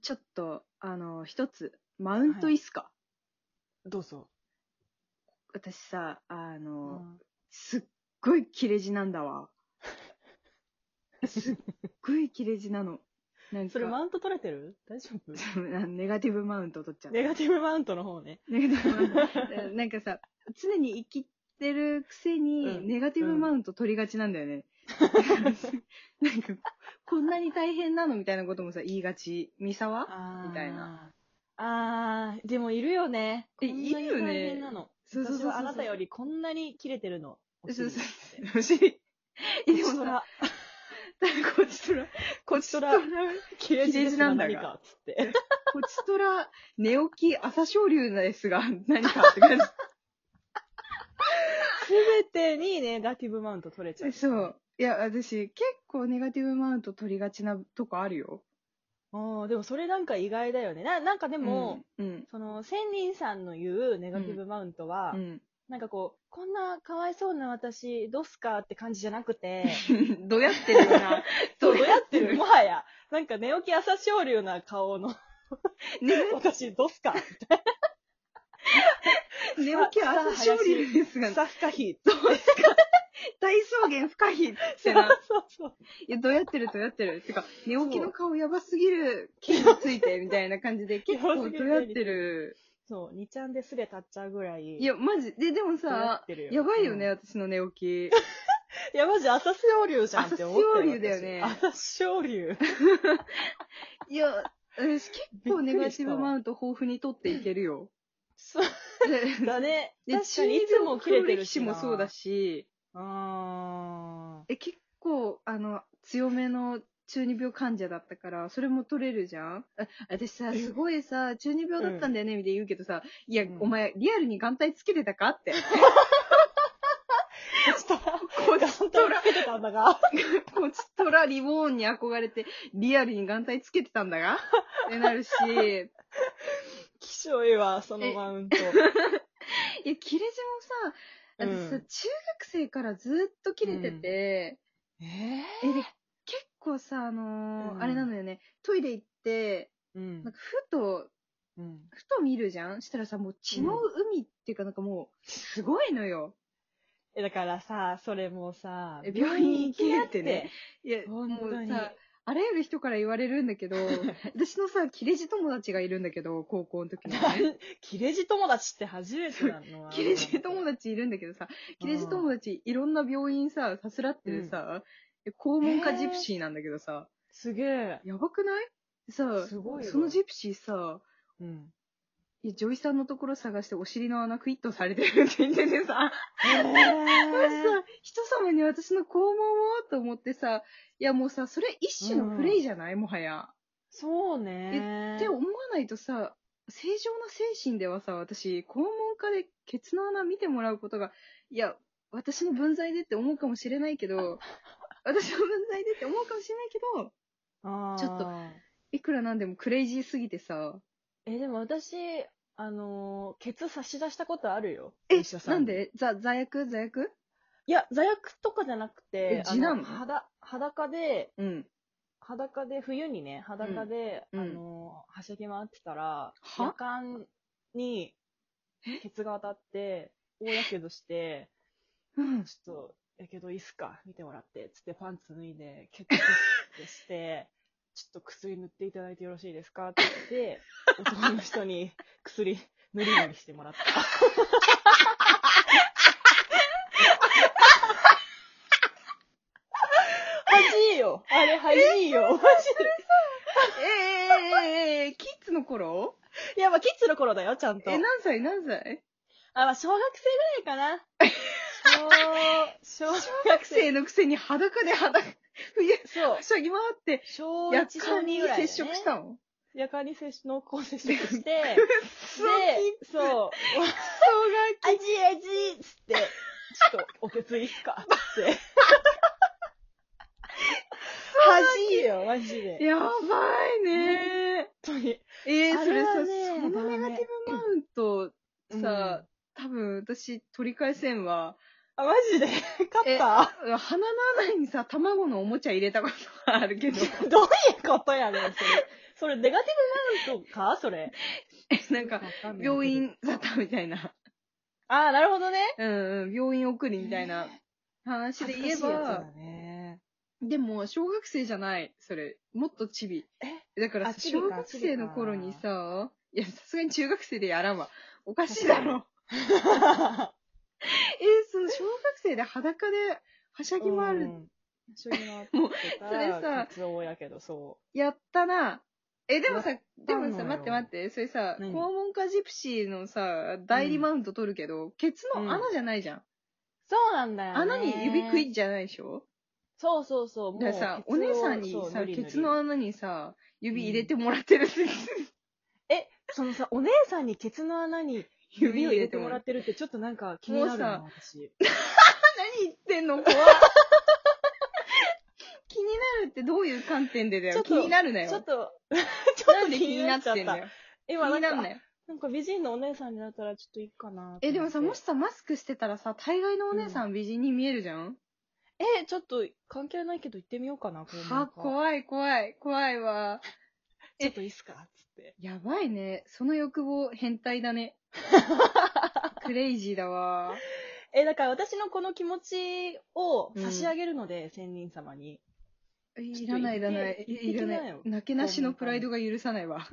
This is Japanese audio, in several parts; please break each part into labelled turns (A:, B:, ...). A: ちょっと、あの、一つ、マウントいいっすか、
B: どうぞ。
A: 私さ、あ
B: う
A: の、
B: ん
A: すっごい切れ字なんだわ。すっごい切れ字なの。なんか、
B: それマウント取れてる大丈 夫
A: ネガティブマウント取っちゃった。
B: ネガティブマウントの方ね。
A: ネガティブマウント。なんかさ、常に生きてるくせに、
B: うん
A: ネガティブマウント取りがちなんだよね。なんか、こんなに大変なのみたいなこともさ、言いがち。ミサは
B: あ
A: ーみたい
B: な。あー、でもいるよね。
A: え
B: こんなに
A: いるよね
B: 大変なの。
A: そうそうそうそう
B: 私はあなたよりこんなに切れてるの。
A: そうそう
B: う。
A: お尻。え、で
B: で
A: もさ、
B: もさ、
A: こちとら、こちとら、
B: 切れ字なんだ
A: 切れ字なんだが
B: が。つって。
A: こちとら、寝起き朝青龍です が、何かって感
B: すべてにネガティブマウント取れちゃう。
A: じ。そう。いや、私、結構ネガティブマウント取りがちなとこあるよ。
B: あーでもそれなんか意外だよね。ななんかでも、
A: うん、
B: その、仙人さんの言うネガティブマウントは、
A: うん。
B: なんかこう、こんなかわいそうな私、どうすかって感じじゃなくて、
A: うん。どうやってるよ な。
B: そう、どうやってるもはや、なんか寝起き朝青龍な顔の
A: 寝
B: 私、どうすか
A: 寝起き朝青龍ですが
B: ふ、さふかひ。
A: 大草原不可避っ
B: そ
A: て
B: う
A: な。
B: そうそう。
A: いや、どうやってるどうやってるてか、寝起きの顔やばすぎる、傷ついて、みたいな感じで、結構
B: やば
A: ど
B: すぎる
A: うやってる。
B: そう、2ちゃんですれ立っちゃうぐらい。
A: いや、マジ。で、でも
B: どうや
A: さ
B: っ、てる
A: やばいよね、
B: うん
A: 私の寝起き。
B: いや、マジ朝青龍じゃんって思った
A: 朝青龍だよね
B: 私朝青龍。
A: いや、私結構ネガティブマ
B: ン
A: ウント豊富に取っていける よ。
B: ト。そうだね。
A: で
B: 確かに、いつも切れてるしな。
A: 中二病黒歴史もそうだし、
B: あー。
A: え、結構、あの、強めの中二病患者だったから、それも取れるじゃんあ私さ、すごいさ、中二病だったんだよね、みたいに言うけどさ、いや、
B: うん
A: お前、リアルに眼帯つけてたか って。
B: ちょっと、
A: こ
B: ガンとつけてたんだ が。
A: こちとらリボーンに憧れて、リアルに眼帯つけてたんだがってなるし、
B: きしょいわ、そのマウント。
A: いや、切れ字もさ、私さ、
B: うん
A: 中学生からずっと切れてて、
B: え
A: え、で、結構さ、あのー
B: うん
A: あれなのよね、トイレ行って、
B: うん
A: なんかふと、
B: うん。
A: ふと見るじゃんしたらさ、もう血の海っていうかなんかもう、すごいのよ。
B: え、だからさ、それもさ、
A: え病院行けってね。いや、も
B: 本
A: う
B: 当に。
A: さ、あらゆる人から言われるんだ けど、私のさ、切れ字友達がいるんだけど、高校の時に、ね。
B: 切れ字友達って初めてなの
A: 切れ字友達いるんだけどさ、切れ字友達いろんな病院さ、さすらってるさ、肛門科ジプシーなんだけどさ、
B: すげえ。
A: やばくないさ、
B: すごいわ
A: そのジプシーさ、
B: うん。
A: いや、ジョイさんのところ探してお尻の穴クイッとされてるって言っててさ、
B: え
A: 私さ、人様に私の肛門をと思ってさ、いやもうさ、それ一種のプレイじゃない、もはや。
B: そうね。
A: って思わないとさ、正常な精神ではさ、私、肛門科でケツの穴見てもらうことが、いや、私の分際でって思うかもしれないけ ど、私の分際でって思うかもしれないけど、
B: あー
A: ちょっと。いくらなんでもクレイジーすぎてさ、
B: え、でも私、あのー、ケツ差し出したことあるよ。お
A: え
B: 医者、さ
A: なん
B: に
A: でざ、座薬座薬
B: いや、座薬とかじゃなくて
A: え、地なの
B: あ裸裸で、
A: うん。
B: 裸で、冬にね、裸で、
A: うん
B: あのー、はしゃぎ回ってた
A: は
B: ら、夜間に、ケツが当たって、大やけどして、
A: うん。
B: ちょっと、やけどいいっすか見てもらって、つってパンツ脱いで、ケツプって して、ちょっと薬塗っていただいてよろしいですかって言って、男の人に薬塗り塗りしてもらった。 恥いいよあれ恥いいよマジで
A: えー、えー、えーえー、キッズの頃
B: いや、まあ、キッズの頃だよ、ちゃんと。
A: え、何歳何歳
B: あ、まあ、小学生ぐらいかな。小、小学
A: 学生のくせに裸で裸、冬、
B: そう
A: は。しゃぎ回って、
B: 小
A: 夜
B: 1、小
A: 間
B: 2
A: に
B: ぐらい、ね。
A: 接触したの
B: 夜間に接触、濃厚接触
A: そう、
B: して、で、
A: キッズ。
B: そう、あじあじっつって、ちょっと、おけついっすかつって。恥いよ、マジで。
A: やばいね
B: 本当に。
A: ー。えー、それ
B: あ
A: さ、
B: はね
A: そのネガティブマウント、さ
B: さ、
A: 多分私取り返せんわ。
B: あ、マジで勝
A: え
B: った
A: 鼻 の穴にさ、卵のおもちゃ入れたことはあるけど。
B: どういうことやねん、それ。それ、ネガティブマウントかそれ。
A: なんか、病。院だったみたいな。
B: ああ、なるほどね。
A: うんうん、病院送りみたいな話で言え
B: 恥ずかしいやつ
A: ば
B: だ、ね。
A: でも、小学生じゃない、それ。もっとチビ。だから
B: あ
A: さ、
B: チビか
A: 小学
B: チビ
A: 生
B: か
A: の頃にさ、いや、さすがに中学生でやらんわ。おかしいだろ。 えその小学生で裸ではしゃぎ回る、
B: うんはしゃぎ回って
A: もう
B: た
A: それさ
B: 鉄王やけど、そ
A: やったな。え、でもさ、で
B: たのよ
A: もさ、待って待って、それさ、肛
B: 何
A: 門科ジプシーのさ、代理マウント取るけど、ケツの穴じゃないじゃん。
B: う。そうなんだよね。
A: 穴に指食いじゃないでしょ
B: そうそうそう。も
A: だ
B: う
A: からさ、
B: 鉄
A: お
B: を
A: 姉さんに
B: そう
A: さ、
B: 塗り塗
A: ケ
B: り
A: ツの穴にさ、指入れてもらってるし、
B: そのさ、お姉さんにケツの穴に指
A: 指
B: を
A: を入
B: 入れ
A: れ
B: て
A: て
B: も
A: も
B: ら
A: ら
B: っ
A: って。
B: てるってちょっとなんか気になるな、私。
A: 何言ってん の怖い気になるってどういう観点でだ
B: ちょ
A: よ。
B: っと
A: 気になるなよ。
B: ちょっと、ちょ
A: な
B: っと
A: んで気になっ
B: ちゃ
A: てんだよ。気
B: 今な
A: に
B: ん
A: なん
B: か
A: な、よ。
B: なんか美人のお姉さんになったらちょっといいかなって
A: え、でもさ、もしさ、マスクしてたらさ、大概のお姉さん美人に見えるじゃん、
B: え、ちょっと関係ないけど行ってみようかな、こ
A: は、怖い怖い、怖いわ。
B: ちょっといいっすかつって。
A: やばいね。その欲望、変態だ ね。クレイジーだわ。
B: え、だから私のこの気持ちを差し上げるので、仙人様に。
A: いらない、いらない。
B: 行って
A: いらな
B: 行ってきなよ
A: い。泣けなしのプライドが許さないわ。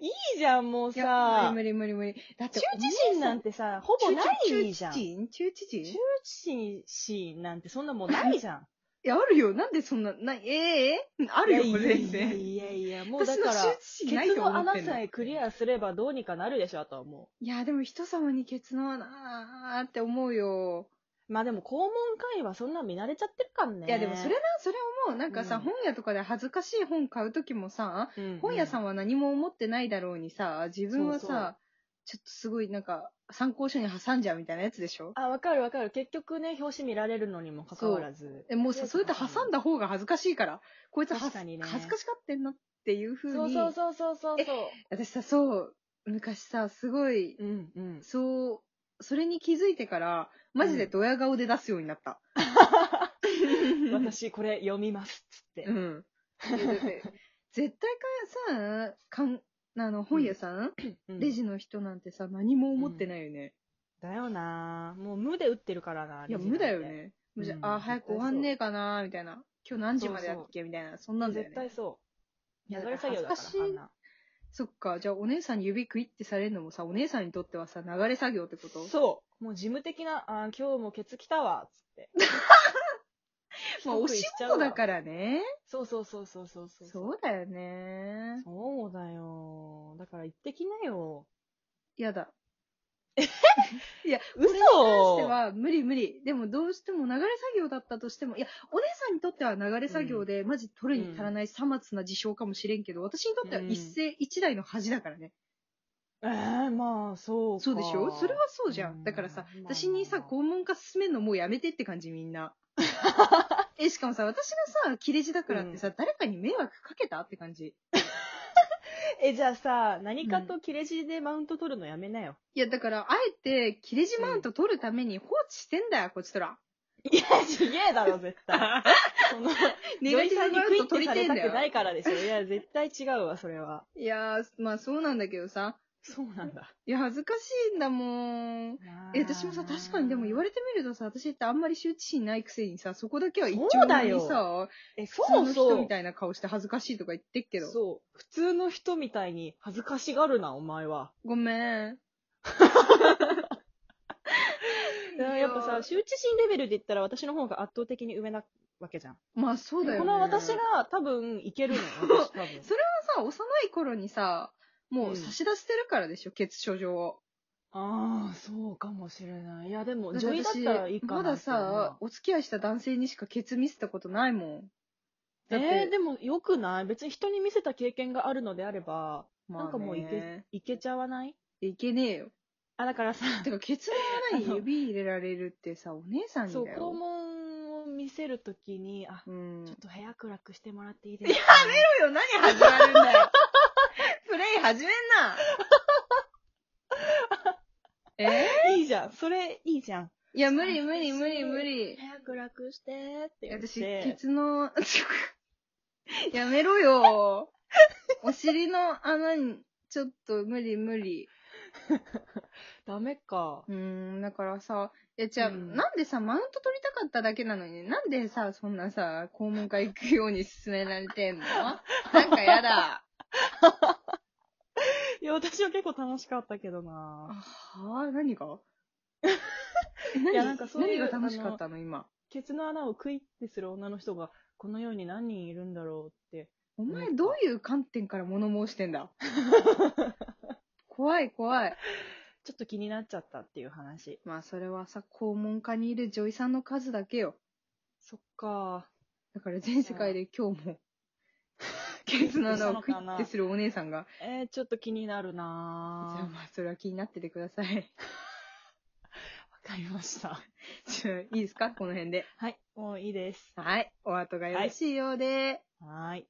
B: いいじゃん、もう
A: いや、
B: さ
A: 無。理無理無理無理。だって
B: 中、知心なんてさ、ほぼないじゃ
A: 中知
B: ん。中
A: 人中知人
B: 知心なんてそんなもうないじゃん。
A: いや、あるよ。なんでそんな、な、ええ あ
B: あ
A: るよ、これ全
B: いや
A: 然。
B: いやいや、もうだ
A: 私の
B: か
A: 羞
B: ら
A: 恥、心ない
B: ケツ
A: と
B: の
A: 思っ
B: 穴
A: てんの
B: さえクリアすればどうにかなるでしょ、あとはも
A: いや、でも人様にケツの穴って思うよ。
B: う。まあでも、肛門会はそんな見慣れちゃってるかんね。
A: いや、でもそれな、それ思う。なんかさ、
B: うん
A: 本屋とかで恥ずかしい本買うときもさ、
B: うんうん、
A: 本屋さん
B: は
A: は何も思ってないだろうにさ、自分はさ、
B: そうそう
A: ちょっとすごいなんか、参考書に挟んじゃうみたいなやつでしょ
B: あ、わかるわかる。結局ね、表紙見られるのにもかかわらず。
A: え、もうさ、それって挟んだ方が恥ずかしいから、こいつは
B: 確かにね
A: 恥ずかしかってんなっていう風に。
B: そうそうそうそうそうそう。
A: 私さ、そう、昔さ、すごい、
B: うんうん。
A: そう、それに気づいてから、マジでドヤ顔で出すようにな った。
B: 私、これ読みます。つって。
A: うん。いやだって絶対かさ、かん、あの、本屋さん、
B: うん
A: レジの人なんてさ、何も思ってないよね。
B: だよなもう無で打ってるからな。
A: いや、
B: レ
A: 無
B: ジなんて
A: だよ。ね。
B: うん
A: 無じゃ、あ、早く終わんねえかなみたいな。今日何時までだっけみたいな。そんなんだよ
B: 絶
A: ね。
B: 対そう。
A: いや
B: 流れ作業だから
A: 恥ずかしい
B: あんな。
A: そっか。じゃあ、お姉さんに指食いってされるのもさ、お姉さんにとってはさ、流れ作業ってこと
B: そう。もう事務的な、あー今日もケツ来たわ。つって。
A: まあ、おしっこだからね。
B: そうそうそうそうそうそう。
A: そうだよね。
B: そうだよ。だから行ってきなよ。
A: やだ。いや、
B: 嘘
A: これに関しては無理無理。でもどうしても流れ作業だったとしても、いや、お姉さんにとっては流れ作業で、マジ取るに足らないさまつな事象かもしれんけど、私にとっては一世一代の恥だからね。
B: ええまあ、そうか。
A: そうでしょそれはそうじゃ
B: うん
A: ん。だからさ、
B: まあ
A: 私にさ、肛門科進めるのもうやめてって感じみんな。 え、しかもさ、私がさ、切れ字だからってさ、誰かに迷惑かけたって感じ。
B: え、じゃあさ、何かと切れ字でマウント取るのやめな よ。
A: いや、だから、あえて、切れ字マウント取るために放置してんだよ、こっちとら。
B: いや、すげえだろ、絶対。 その、
A: ネガティブマウント取りてえんだ
B: された
A: よ
B: く。ないからでしょ。いや、絶対違うわ、それは。
A: いやー、まあそうなんだけどさ。
B: そうなんだ。
A: いや、恥ずかしいんだもん。え、私もさ、確かにでも言わ
B: れ
A: れてみるとさ、私ってあんまり羞恥心ないくせにさ、そこだけは一
B: そう
A: 応
B: だ
A: に
B: よ
A: さ、
B: え、そ
A: 普通
B: う
A: の
B: そ
A: 人
B: う。
A: みたいな顔して恥ずかしいとか言ってっけど。
B: そう。普通の人みたいに恥ずかしがるな、お前は。
A: ごめ ん。いや
B: やっぱさ、羞恥心レベルで言ったら私の方が圧倒的に上なわけじゃん。
A: まあそうだよ、ね。
B: この私
A: さ、
B: が多分いけるのよ、私 多分。
A: 幼い頃にさ、もう差し出してるからでしょ、血症状を。
B: ああ、そうかもしれない。いや、でも、
A: だって
B: 女医だったらいいかな
A: まださ、、お付き合いした男性にしかケツ見せたことないもん。
B: え
A: だって
B: ーでも、よくない別に人に見せた経験があるのであれば、
A: まあね
B: なんかもういけ、いけちゃわない
A: いけねえよ。
B: あ、だからさ、
A: てか、ケツの穴に指入れられるってさ、お姉さんに
B: そう、
A: だ
B: 肛
A: よ。
B: 門を見せるときに、あ、
A: うん。
B: ちょっ
A: そ
B: と部屋暗くしてもらっていいですかやめろ
A: うよ、何始まるんだ よ。プレイ始めんな。 え
B: いいじゃん。それ、いいじゃん。
A: いや、無理無理無理無理
B: 部。屋暗くしてって言っ
A: 私、
B: て
A: ケ。ツの、やめろよ。お尻の穴に、ちょっと無理無理。
B: ダメか
A: う。ーん、だからさ、え、じゃあ、
B: うん
A: なんでさ、マウント取りたかっただけなのに、なんでさ、そんなさ、肛門科行くように勧められて んのなんかやだ。
B: いや、私は結構楽しかったけどな。
A: あはぁ、何 がえ
B: い
A: 何
B: やなんかそういう
A: 何が楽しかったの、今。
B: ケツの穴をクイってする女の人が、この世に何人いるんだろうって。
A: お前、どういう観点から物申してん だ怖い怖い。
B: ちょっと気になっちゃったっていう話。
A: まあ、それはさ、肛門科にいる女医さんの数だけよ。
B: そっか。
A: だから全世界で今日も、ケツの穴をクイってするお姉さんが、
B: えー、ちょっと気になる
A: じゃ
B: な。
A: あまあ、それは気になっててください。
B: わかりました。
A: じゃあいいですかこの辺で。
B: はい、もういいです。
A: はい。お後がよろしいようで。
B: はーい。